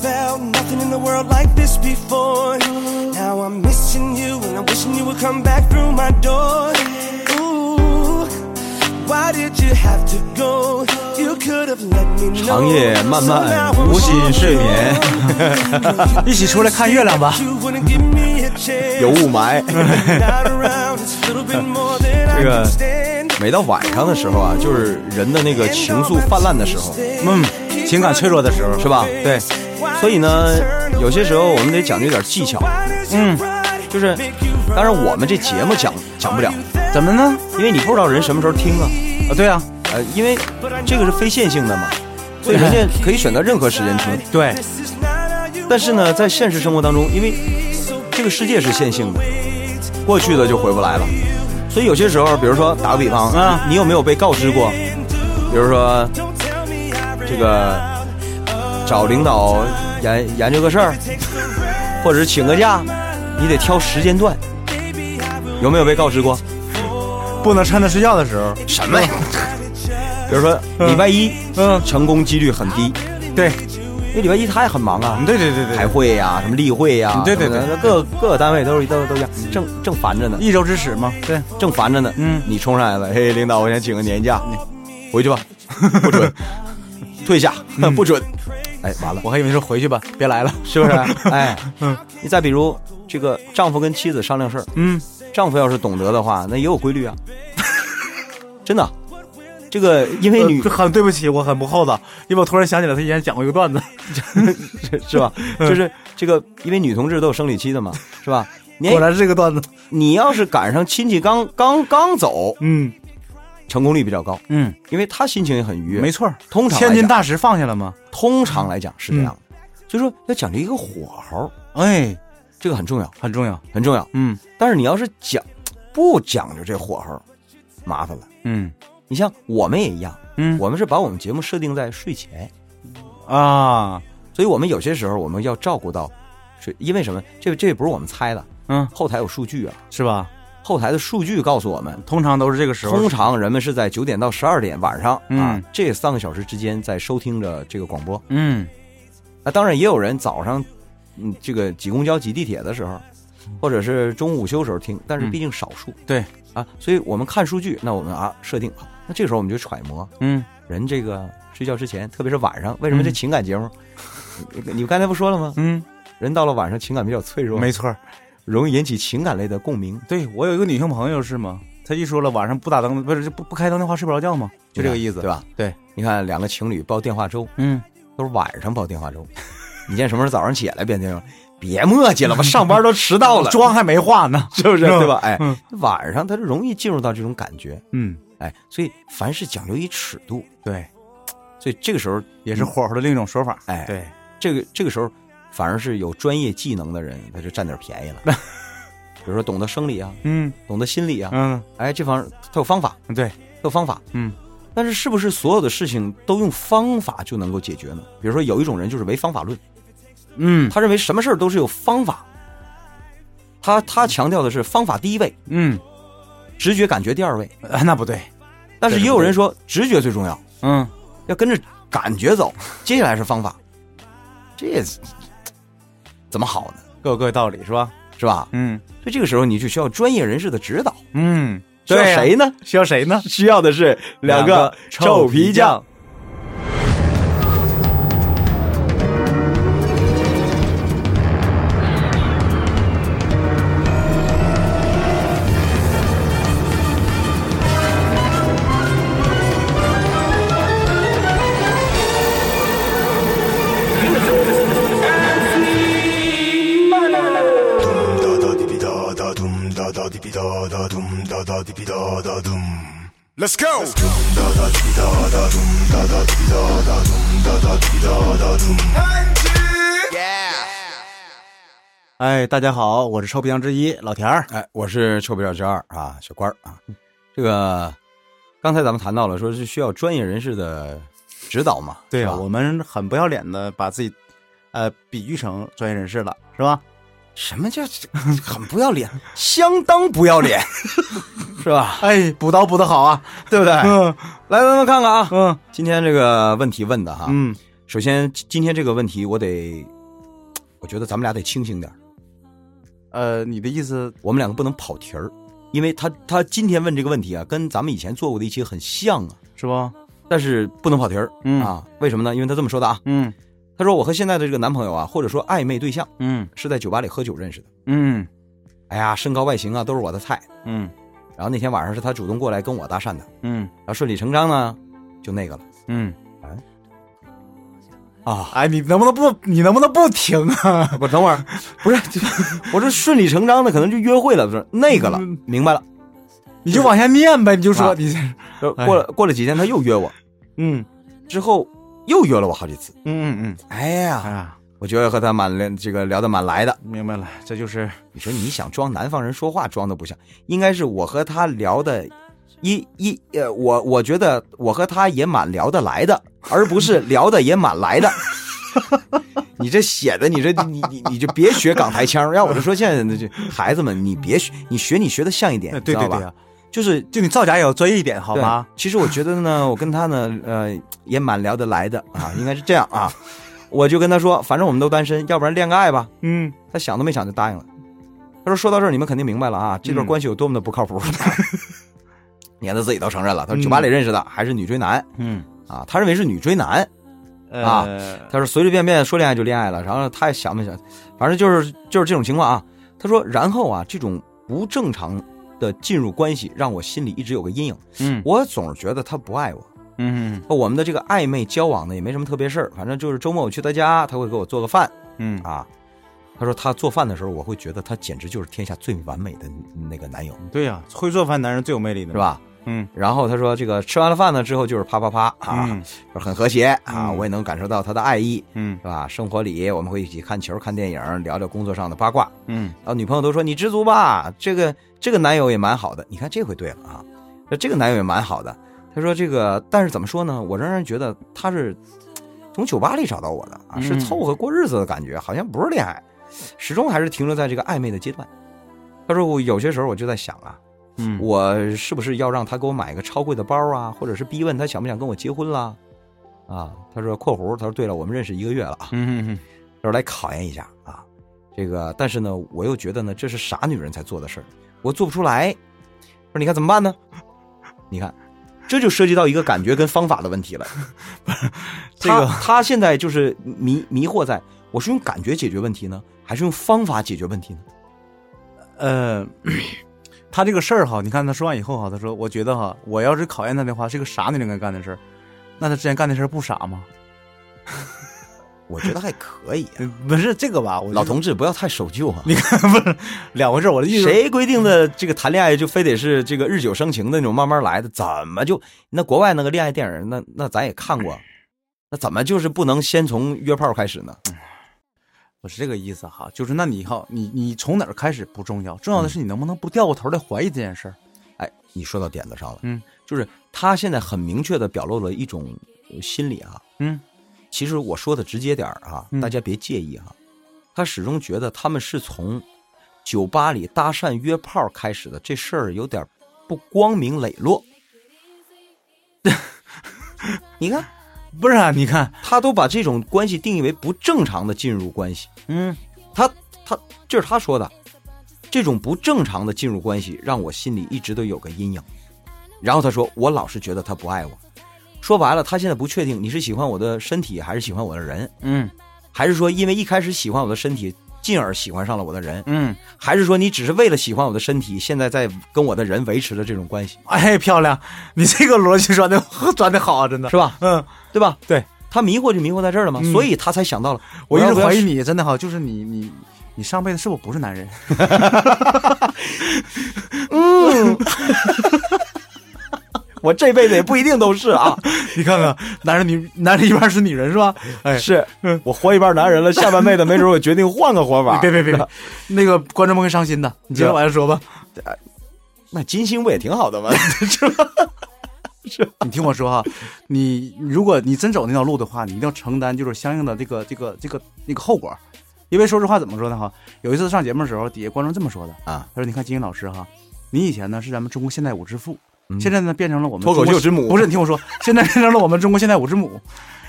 felt nothing in the world like this before. Now I'm missing you and I'm wishing you would come back through my door. Ooh, why did you have to go? You could have let me know. 长夜漫漫无心睡眠一起出来看月亮吧。有雾霾。 这个每到晚上的时候啊，就是人的那个情愫泛滥的时候，嗯，情感脆弱的时候是吧？对，所以呢，有些时候我们得讲究点技巧。嗯，就是，当然我们这节目讲讲不了，怎么呢？因为你不知道人什么时候听啊。啊，对啊，呃，因为这个是非线性的嘛，所以人家可以选择任何时间听。对，但是呢，在现实生活当中，因为这个世界是线性的，过去的就回不来了，所以有些时候，比如说打个比方啊你有没有被告知过？比如说这个找领导研研究个事儿，或者是请个假，你得挑时间段，有没有被告知过？不能趁他睡觉的时候。什么呀？比如说礼拜一，嗯，成功几率很低，对，因为礼拜一他也很忙啊，对对对开对，会呀、什么例会呀、嗯对对什么的对各各个单位都是都都一样，正正烦着呢，一周之始嘛。对，正烦着呢。嗯你冲上来了，嘿，领导，我想请个年假，回去 吧，不准，退下， 不准。哎，完了，嗯我还以为说回去吧，别来了。是不 是？哎，你再比如这个丈夫跟妻子商量事儿，嗯，丈夫要是懂得的话，那也有规律啊， 真的。这个因为女呃很对不起，我很不厚道，因为我突然想起来他以前讲过一个 段子。是吧？嗯就是这个，因为女同志都有生理期的嘛，是吧？你果然是这个段子。你要是赶上亲戚刚刚刚走，嗯成功率比较高，嗯，因为他心情也很愉悦。没，错儿，通常来千斤讲大石放下了吗？通常来讲是这样嗯的，所以说要讲究一个火候，哎，这个很重要，很重要。很重要。嗯但是你要是讲不讲究这火候，麻烦了。嗯你像我们也一样，嗯，我们是把我们节目设定在睡前，啊，所以我们有些时候我们要照顾到睡，因为什么？这这不是我们猜的，嗯，后台有数据啊，是吧？后台的数据告诉我们，通常都是这个时候。通常人们是在九点到十二点晚上、啊嗯这三个小时之间在收听着这个广播。嗯，那当然也有人早上，嗯，这个挤公交、挤地铁的时候，或者是中午午休时候听，但是嗯毕竟少数。对啊，所以我们看数据，那我们啊设定啊，那这个时候我们就揣摩嗯，人这个睡觉之前，特别是晚上，为什么嗯这情感节目， 你你刚才不说了吗？嗯，人到了晚上情感比较脆弱，没错儿。容易引起情感类的共鸣。对我有一个女性朋友是吗？她一说了晚上不打灯，不是就不不开灯的话睡不着觉吗？就这个意思，对吧？吧？对，你看两个情侣煲电话粥，嗯，都是晚上煲电话粥。 你见什么时候早上起来变电话？别磨叽了吧，上班都迟到了，妆还没化呢，是不是？ 是吧对吧？哎嗯，晚上他就容易进入到这种感觉，嗯，哎，所以凡事讲究一尺度，对，所以这个时候也是火候的另一种说法，哎对，这个这个时候反而是有专业技能的人，他就占点便宜 了。比如说懂得生理啊，嗯懂得心理啊，嗯，哎，这方他有方法，对，他有方法。嗯，但是是不是所有的事情都用方法就能够解决呢？比如说有一种人就是唯方法论，嗯他认为什么事儿都是有方法，他他强调的是方法第一位，嗯，直觉感觉第二位。啊那不对，但是也有人说直觉最重要，嗯，要跟着感觉走，接下来是方法，这怎么好呢？各有各的道理是吧？是吧？嗯所以这个时候你就需要专业人士的指导，嗯，需要对呀谁呢？ 需要谁呢？需要的是两个臭皮匠。 da da di bi da da dum da da di bi da da dum da da di bi da da dum Let's go. Da da di bi da da dum da da di bi da da dum da da di bi da da dum. 哎，大家好，我是臭皮匠之一老田儿，哎，我是臭皮匠之二啊，小官儿啊。这个刚才咱们谈到了，说是需要专业人士的指导嘛，对啊吧？我们很不要脸的把自己，呃，比喻成专业人士了，是吧？什么叫很不要脸，相当不要脸，是吧？哎，补刀补的好啊，对不对？嗯来，咱们看看啊，嗯今天这个问题问的哈，嗯，首先今今天这个问题，我得，我觉得咱们俩得清醒点儿呃，你的意思我们两个不能跑题儿，因为他他今天问这个问题啊，跟咱们以前做过的一期很像啊，是吧？但是不能跑题儿、嗯啊。为什么呢？因为他这么说的啊，嗯他说我和现在的这个男朋友啊，或者说暧昧对象，嗯是在酒吧里喝酒认识的。嗯哎呀，身高外形啊都是我的菜。嗯然后那天晚上是他主动过来跟我搭讪的，嗯然后顺理成章呢就那个了嗯，啊。哎，你能不能不，你能不能不停 啊？我等会儿，不是， 我说顺理成章的，可能就约会了，不是那个了，嗯明白了。你就往下念呗，你就啊说你，就哎过了过了几天，他又约我，嗯之后又约了我好几次。嗯嗯嗯，哎哎呀，呀，我觉得和他蛮聊这个聊得蛮来的。明白了，这就是你说你想装南方人说话装的不像，应该是我和他聊的，一一呃，我我觉得我和他也蛮聊得来的，而不是聊的也蛮来的。 你这写的，你这你你你就别学港台腔，要我就说现在的这孩子们，你别学，你学你学的像一点，对对知道对吧啊？，就是就你造假也要专业一点，好吧？对？其实我觉得呢， 我跟他呢，呃，也蛮聊得来的 啊，应该是这样啊。我就跟他说，反正我们都单身，要不然恋个爱吧。嗯，他想都没想就答应了。他说：“说到这儿，你们肯定明白了啊，嗯这段关系有多么的不靠 谱。你看他自己都承认了，他说嗯酒吧里认识的，还是女追男嗯，啊，他认为是女追男。啊呃，他说随随便便说恋爱就恋爱了，然后他也想没想，反正就是就是这种情况啊。他说，然后啊，这种不正常的进入关系，让我心里一直有个阴影，嗯我总是觉得他不爱我。嗯我们的这个暧昧交往呢，也没什么特别事儿，反正就是周末我去他家，他会给我做个饭，嗯，啊。他说他做饭的时候，我会觉得他简直就是天下最完美的那个男友，对呀，会做饭男人最有魅力的，是？吧？嗯然后他说这个吃完了饭呢之后就是啪啪啪啊，嗯就是很和谐啊，嗯我也能感受到他的爱意，嗯是吧？生活里我们会一起看球、看电影，聊聊工作上的八卦。嗯然后啊女朋友都说你知足吧，这个这个男友也蛮好的。你看这回对了啊，那这个男友也蛮好的。他说这个，但是怎么说呢？我仍然觉得他是从酒吧里找到我的啊，嗯是凑合过日子的感觉，好像不是恋爱，始终还是停留在这个暧昧的阶段。他说我有些时候我就在想啊，嗯，我是不是要让他给我买个超贵的包啊，或者是逼问他想不想跟我结婚啦？啊，他说（括弧）他说对了，我们认识一个月了啊。嗯嗯就是来考验一下啊。这个，但是呢，我又觉得呢，这是傻女人才做的事儿，我做不出来。说你看怎么办呢？你看，这就涉及到一个感觉跟方法的问题 了。这个他他现在就是迷迷惑在，我是用感觉解决问题呢，还是用方法解决问题呢？呃，他这个事儿哈，你看他说完以后哈，他说：“我觉得哈，我要是考验他的话，是个傻女人该干的事儿。那他之前干的事儿不傻吗？我觉得还可以、啊。呃不是这个吧？我 老同志，不要太守旧啊！两回事儿，我的意思是谁规定的这个谈恋爱就非得是这个日久生情的那种慢慢来的？怎么就那国外那个恋爱电影，那那咱也看过，那怎么就是不能先从约炮开始呢？我是这个意思哈，就是那你哈，你你从哪儿开始不重要，重嗯要的是你能不能不掉过头来怀疑这件事儿。哎，你说到点子上了，嗯，就是他现在很明确的表露了一种呃心理啊。嗯其实我说的直接点儿啊，嗯大家别介意哈、啊他始终觉得他们是从酒吧里搭讪约炮开始的，这事儿有点不光明磊落。 你看，不是啊，你看，他都把这种关系定义为不正常的进入关系。嗯他他这是他说的，这种不正常的进入关系让我心里一直都有个阴影。然后他说，我老是觉得他不爱我。说白了，他现在不确定你是喜欢我的身体，还是喜欢我的人，嗯还是说因为一开始喜欢我的身体，进而喜欢上了我的人，嗯，还是说你只是为了喜欢我的身体，现在在跟我的人维持着这种关系，哎，漂亮，你这个逻辑转的 转的好啊，真的是。吧？嗯，对吧？对他迷惑就迷惑在这儿了嘛，嗯所以他才想到了。我一要直不要怀疑试你，真的哈，就是你你你上辈子是不是不是男人？ 我这辈子也不一定都是 啊。你看看，男人女男人一半是女人是吧？哎，是，我活一半男人了，下半辈子没准我决定换个活法。别别别别，那个观众们会伤心的，你接着往下说吧。那金星不也挺好的吗？ 你听我说哈，你你如果你真走那条路的话，你一定要承担就是相应的这个这个这个那个后果。因为说实话，怎么说呢哈？有一次上节目的时候，底下观众这么说的啊，他说：“你看金英老师哈，你以前呢是咱们中国现代舞之父，现在呢变成了我嗯们脱口中国 秀之母 不是你听我说，现在变成了我们中国现代舞之母。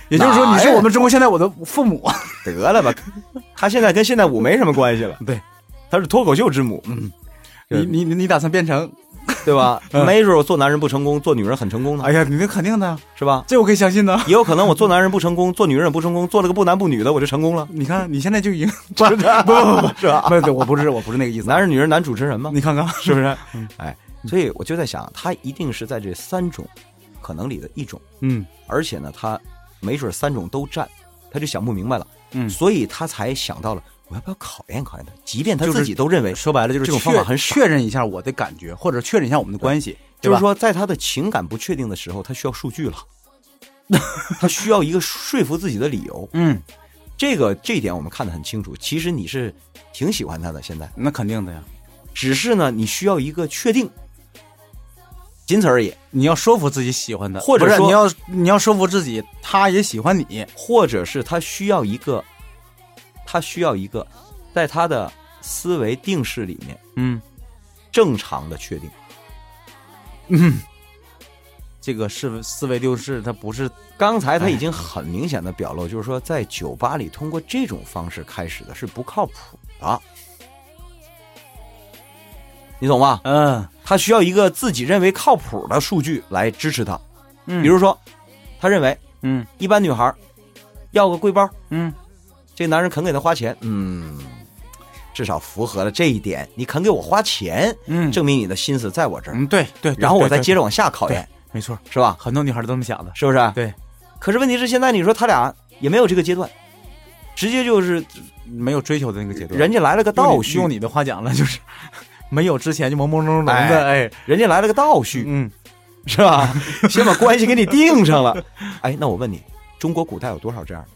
也就是啊说，你是我们中国现在我的父母。得了吧，他现在跟现代舞没什么关系了，对，嗯他是脱口秀之母，你你你你打算变成？嗯对吧？没准我做男人不成功，做女人很成功呢，嗯哎呀，你那肯定的，是吧？这我可以相信的。也有可能我做男人不成功，做女人也不成功，做了个不男不女的我就成功了，你看，你现在就已 经 不不不不不是 吧？不是，我不是我不是那个意思。男人女人男主持人嘛，你看看，嗯是不是？哎，所以我就在想，他一定是在这三种可能里的一种，嗯而且呢，他没准三种都占，他就想不明白了，嗯所以他才想到了我要不要考验考验他，即便他就是自己都认为，说白了就是这种方法很傻，确认一下我的感觉，或者确认一下我们的关系，就是吧，说在他的情感不确定的时候，他需要数据了，他需要一个说服自己的理由，嗯，这个这一点我们看得很清楚。其实你是挺喜欢他的，现在那肯定的呀。只是呢，你需要一个确定，仅此而已。你要说服自己喜欢的，或者不是说你要你要说服自己，他也喜欢你。或者是他需要一个，他需要一个，在他的思维定式里面嗯，正常的确定。这个是思维定式，它不是刚才他已经很明显的表露，就是说在酒吧里通过这种方式开始的是不靠谱的，你懂吗？嗯他需要一个自己认为靠谱的数据来支持他。嗯比如说，他认为嗯一般女孩儿要个贵包，嗯这男人肯给她花钱，嗯，至少符合了这一点。你肯给我花钱，嗯证明你的心思在我这儿，嗯对对，然后我再接着，着往下考验，没错，是吧？很多女孩都这么想的。是不是？对，可是问题是，现在你说他俩也没有这个阶段，直接就是没有追求的那个阶段，人家来了个用倒你叙，用你的话讲了，就是 没有之前就朦朦胧胧的，哎，人家来了个倒叙，嗯，是吧？先把关系给你定上了。哎，那我问你，中国古代有多少这样的？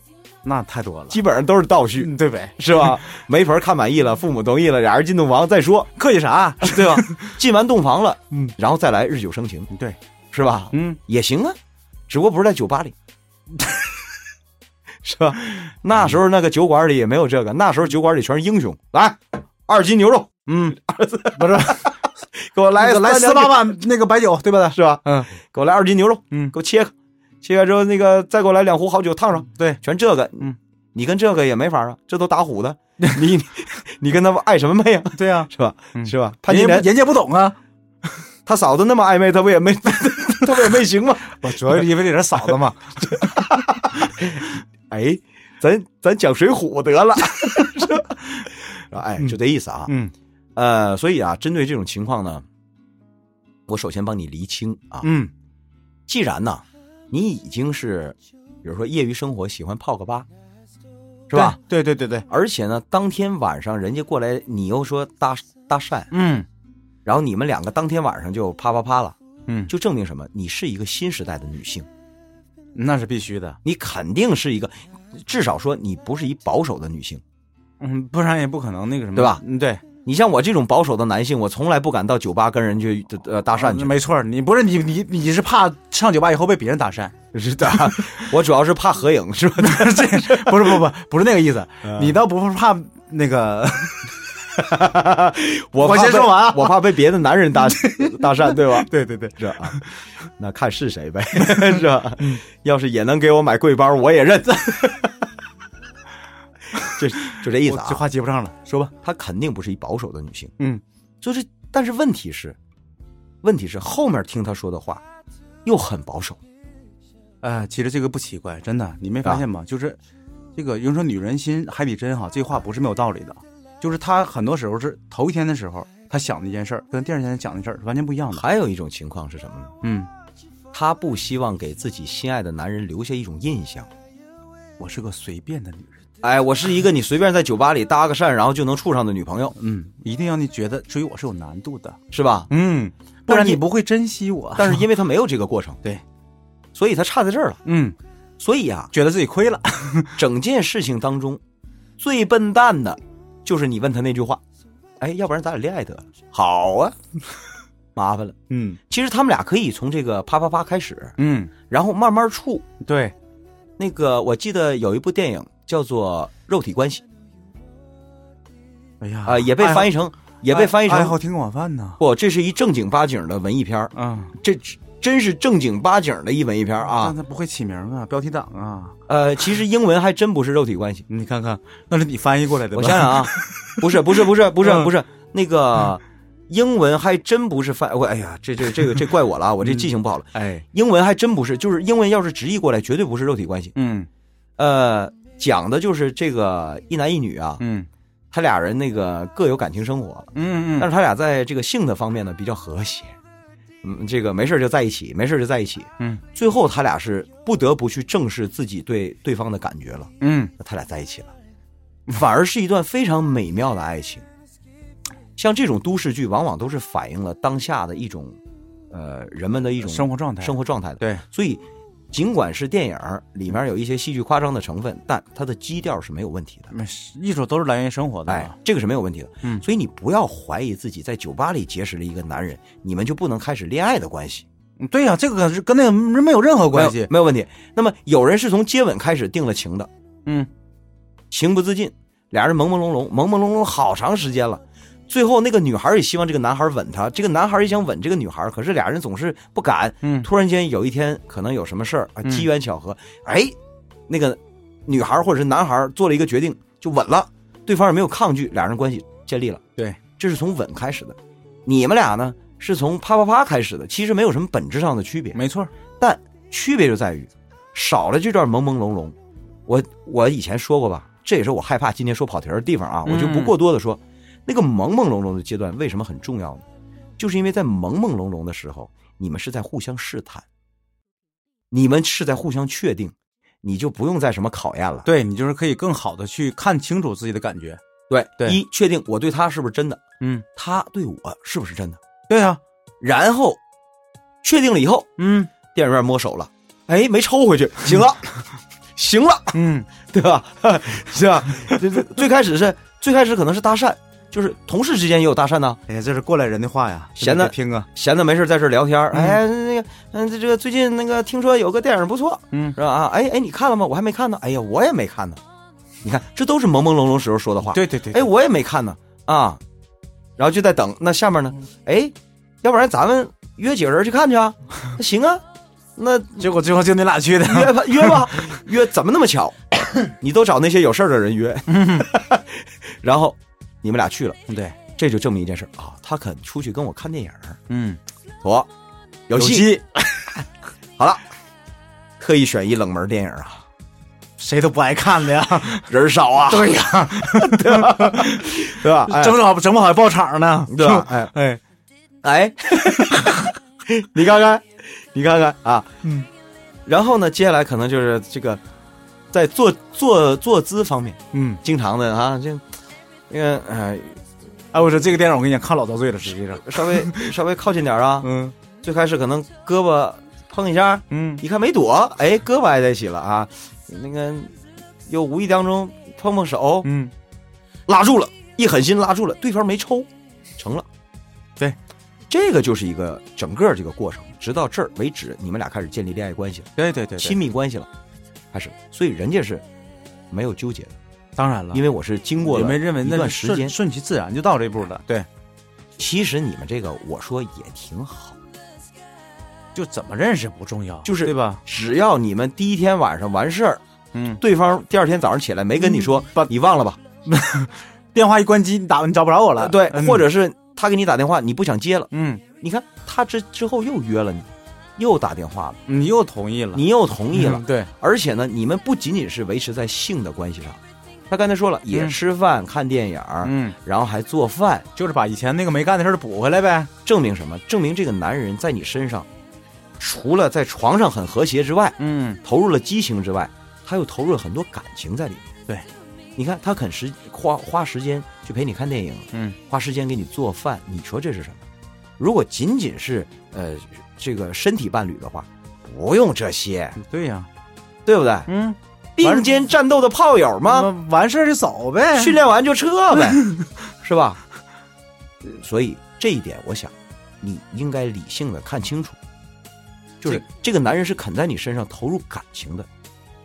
那太多了，基本上都是倒叙，嗯对呗？是吧？媒婆看满意了，父母同意了，俩人进洞房再说，客气啥？啊对 吧？进完洞房了，嗯，然后再来日久生情，对，是吧？嗯，也行啊，只不过不是在酒吧 里，是吧？那时候那个酒馆里也没有这个，那时候酒馆里全是英雄，来二斤牛肉，嗯，不是，给我来那个来三两四八斤，碗那个白酒，对吧？是吧？嗯给我来二斤牛肉，嗯给我切开，切开之后那个再给我来两壶好酒烫上，对，全这个，嗯，你跟这个也没法啊，这都打虎 的，你你你跟他爱什么媚啊？对呀，是吧？嗯是吧？潘人金家莲不人家不懂啊，他嫂子那么暧昧，他不也 没他不也没行吗？我主要是因为这人嫂子嘛，哎，咱咱讲《水浒》得 了，是吧哎，就这意思啊。 嗯呃，所以啊，针对这种情况呢，我首先帮你厘清啊。嗯既然呢，你已经是，比如说业余生活喜欢泡个吧，是吧？？对对对对，对而且呢，当天晚上人家过来，你又说搭搭讪，嗯然后你们两个当天晚上就啪啪啪了，嗯，就证明什么？你是一个新时代的女性。那是必须的，你肯定是一个，至少说你不是一保守的女性。嗯，不然也不可能那个什么，对吧嗯，对，你像我这种保守的男性，我从来不敢到酒吧跟人去呃搭讪去。没错，你不是你你你是怕上酒吧以后被别人搭 讪，是的，我主要是怕合影，是吧？这不是不不不是那个意思，你倒不是怕那个，我我怕先被说完啊？我怕被别的男人搭搭讪，对吧对对对，是啊，那看是谁呗， 是吧？要是也能给我买贵包，我也认。 就就这意思我 啊这，话接不上了，说吧，她肯定不是一保守的女性。嗯，就是，但是问题是，问题是后面听她说的话又很保守。呃，其实这个不奇怪，真的，你没发现吗？就是这个，有人说女人心海底针哈，这话不是没有道理的，就是她很多时候是头一天的时候，她想的一件事儿，跟第二天想的事儿是完全不一样的，还有一种情况是什么呢？嗯，她不希望给自己心爱的男人留下一种印象。我是个随便的女人。哎，我是一个你随便在酒吧里搭个讪，然后就能处上的女朋友，嗯，一定要你觉得追我是有难度的，是吧？嗯，不但是然你因不会珍惜我。 但是因为她没有这个过程，对，所以她差在这儿了。嗯，所以啊，觉得自己亏了，整件事情当中，最笨蛋的就是你问他那句话：“哎，要不然咱俩恋爱得了？”好啊， 麻烦了。嗯其实他们俩可以从这个啪啪啪开始，嗯，然后慢慢处。对，那个我记得有一部电影叫做《肉体关系》哎呀啊、也被翻译译啊成也被翻译爱成好挺广泛呢，不，这是一正经八经的文艺片儿嗯这这真是正经八经的一文一篇但啊。他不会起名啊，标题党啊，呃，其实英文还真不是肉体关系，你看看，那是你翻译过来的吧？我想想啊，不是不是不是不是嗯不是那个英文还真不是翻，我哎呀，这这这个这怪我了啊，我这记性不好了。 哎，英文还真不是，就是英文要是直译过来，绝对不是肉体关系。嗯呃，讲的就是这个一男一女啊，嗯他俩人那个各有感情生活，嗯嗯，但是他俩在这个性的方面呢比较和谐，嗯，这个没事儿就在一起，没事儿就在一起，嗯，最后他俩是不得不去正视自己对对方的感觉了，嗯那他俩在一起了，反而是一段非常美妙的爱情。像这种都市剧，往往都是反映了当下的一种，呃，人们的一种生活状态，生活状态的。对，所以，尽管是电影儿里面有一些戏剧夸张的成分，但它的基调是没有问题的。没事艺术都是来源于生活的哎嘛，，这个是没有问题的。嗯所以你不要怀疑自己在酒吧里结识了一个男人，你们就不能开始恋爱的关系，嗯对呀，这个是跟那个没有任何关没有系，没有问题。那么有人是从接吻开始定了情的，嗯，情不自禁，俩人朦朦胧胧，朦朦胧胧好长时间了。最后那个女孩也希望这个男孩吻她，这个男孩也想吻这个女孩，可是俩人总是不敢。嗯突然间有一天可能有什么事儿啊，机缘巧合，哎，那个女孩或者是男孩做了一个决定，就吻了，对方也没有抗拒，俩人关系建立了。对，这是从吻开始的。你们俩呢是从啪啪啪开始的，其实没有什么本质上的区别。没错，但区别就在于少了这段朦朦胧胧。我我以前说过吧，这也是我害怕今天说跑题儿的地方啊，嗯我就不过多的说。那个朦朦胧胧的阶段为什么很重要呢？就是因为在朦朦胧胧的时候，你们是在互相试探，你们是在互相确定，你就不用再什么考验了。对你就是可以更好的去看清楚自己的感觉，对对一确定我对他是不是真的，嗯，他对我是不是真的，对呀，然后确定了以后，嗯电影院摸手了，哎，没抽回去，行 了，行了。嗯，对吧？ 是吧？这这最开始是最开始可能是搭讪，就是同事之间也有搭讪呢、哎呀，这是过来人的话呀，闲的这得听啊，闲的没事在这儿聊天儿，哎，那个，嗯，这这个最近那个听说有个电影不错，嗯是吧？啊，哎哎，你看了吗？我还没看呢。哎呀，我也没看呢。你看，这都是朦朦胧胧时候说的话。对对对，哎，我也没看呢啊，然后就在等。那下面呢？嗯哎，要不然咱们约几个人去看去啊？那行啊，那结果最后就你俩 去的，约吧，约吧，约怎么那么巧？你都找那些有事儿的人 约，然后你们俩去了，对，这就证明一件事儿啊，他肯出去跟我看电影儿，嗯，妥，有有戏。好了，特意选一冷门电影啊，谁都不爱看的呀，人儿少啊，对呀， 对吧？哎整不好整不好还爆场呢，对吧？哎 哎，哎， 你看看，你看看啊，嗯，然后呢，接下来可能就是这个，在坐坐坐姿方面，嗯，经常的啊，这那个哎。哎，我说这个电影我跟你讲，看老遭罪了，实际上，稍微稍微靠近点儿啊。 嗯最开始可能胳膊碰一下，嗯一看没躲，哎，胳膊挨在一起了啊。那个又无意当中碰碰手，嗯，拉住了，一狠心拉住了，对方没抽，成了。对，这个就是一个整个这个过程，直到这儿为止，你们俩开始建立恋爱关系了，对对对，亲密关系了，还是所以人家是没有纠结的，当然了，因为我是经过你了啊们认为一那段是时顺间。顺其自然就到这步了，对，其实你们这个我说也挺好。就怎么认识不重要，就是对吧？只要你们第一天晚上完事儿，嗯，对方第二天早上起来没跟你说，你忘了吧？呃电话一关机，你打你找不着我了，对，嗯或者是他给你打电话，你不想接了。嗯，你看他之之后又约了你，又打电话了，嗯你又同意了，你又同意了嗯，对，而且呢，你们不仅仅是维持在性的关系上，他刚才说了，也嗯吃饭、看电影，嗯，然后还做饭，就是把以前那个没干的事儿补回来呗，证明什么？证明这个男人在你身上，除了在床上很和谐之外，嗯，投入了激情之外，他又投入了很多感情在里面。对，你看他肯时花花时间去陪你看电影，嗯，花时间给你做饭，你说这是什么？如果仅仅是呃这个身体伴侣的话，不用这些，对呀，对不对？嗯，并肩战斗的炮友嘛，那完事儿就走呗，训练完就撤呗，是吧？所以这一点，我想你应该理性的看清楚，就是这这个男人是肯在你身上投入感情的，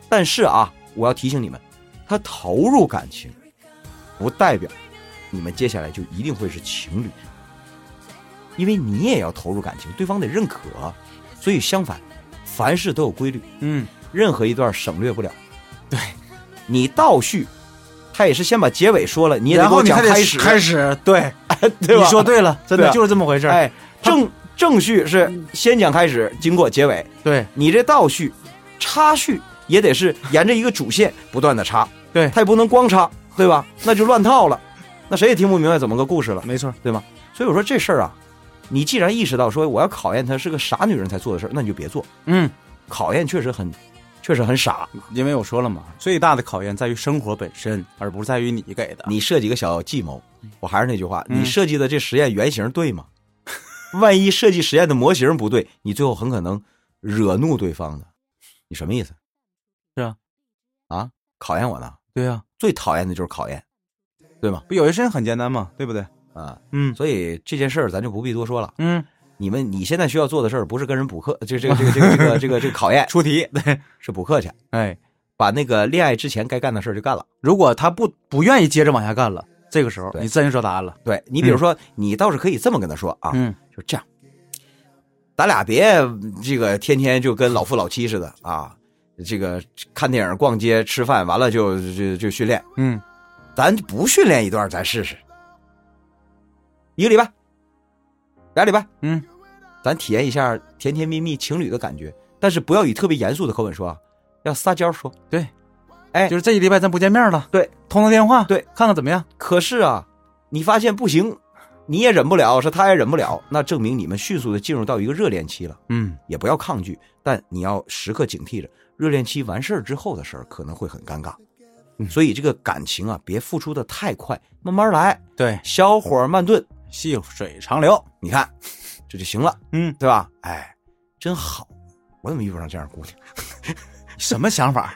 但是啊，我要提醒你们，他投入感情，不代表你们接下来就一定会是情侣，因为你也要投入感情，对方得认可。所以相反，凡事都有规律，嗯，任何一段省略不了。对，你倒叙，他也是先把结尾说了，你也得然给我后你讲还得开始，开始， 对，对吧？你说 对了，真对的啊就是这么回事儿。哎，正正序是先讲开始，经过结尾，对你这倒叙、插叙也得是沿着一个主线不断的插，对它也不能光插，对吧？那就乱套了，那谁也听不明白怎么个故事了。没错，所以我说这事儿啊，你既然意识到说我要考验她是个傻女人才做的事儿，那你就别做。嗯，考验确实很，确实很傻。因为我说了嘛，最大的考验在于生活本身，而不在于你给的。你设计个小计谋，我还是那句话，嗯你设计的这实验原型对吗？ 万一设计实验的模型不对，你最后很可能惹怒对方的。你什么意思？是啊，啊，考验我呢？对呀、最讨厌的就是考验，对吗？不有些事情很简单嘛，对不对？啊，嗯所以这件事儿咱就不必多说了。嗯，你们你现在需要做的事儿不是跟人补课，这这个这个这个这个这个这个考验出题，对，是补课去，哎，把那个恋爱之前该干的事儿就干了。如果他不不愿意接着往下干了，这个时候对你真知道答案了。对你比如说，你倒是可以这么跟他说啊，嗯，就这样，咱俩别这个天天就跟老夫老妻似的啊，这个看电影、逛街、吃饭，完了就就就训练，嗯，咱不训练一段，咱试试，一个礼拜，俩礼拜，嗯，咱体验一下甜甜蜜蜜情侣的感觉，但是不要以特别严肃的口吻说啊，要撒娇说。对，哎就是这一礼拜咱不见面了，对，通通电话，对，看看怎么样。可是啊，你发现不行，你也忍不了，是他也忍不了，那证明你们迅速的进入到一个热恋期了。嗯，也不要抗拒，但你要时刻警惕着，热恋期完事儿之后的事儿可能会很尴尬。嗯所以这个感情啊，别付出的太快，慢慢来，对，小火慢炖。细水长流。你看，这就行了，嗯，对吧？哎，真好，我怎么遇不上这样的姑娘？什么想法？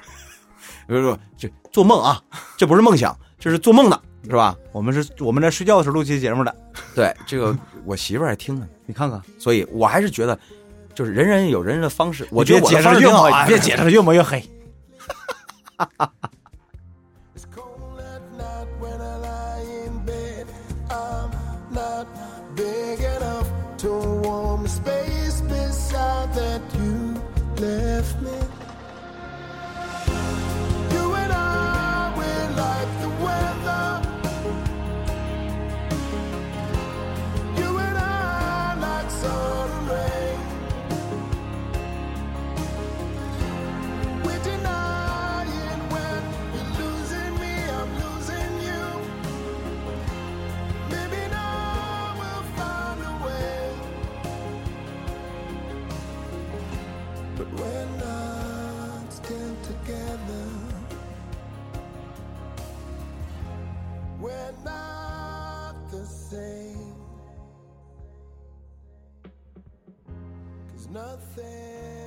不是不是，这做梦啊，这不是梦想，这是做梦呢，是吧？我们是我们在睡觉的时候录期节目的，对，这个我媳妇儿还听呢，你看看。所以我还是觉得，就是人人有人人的方式。我我觉得觉我得的方我的方式式挺挺好好啊啊，这别解释的越抹越黑。 When I lie in bed, I'm not big enough to warm the space beside that you left me. You and I, we're like the weather. You and I, like sun and rain. We're denying when you're losing me, I'm losing you. Maybe now we'll find a way. But when nights get together, we're not the same. Cause nothing.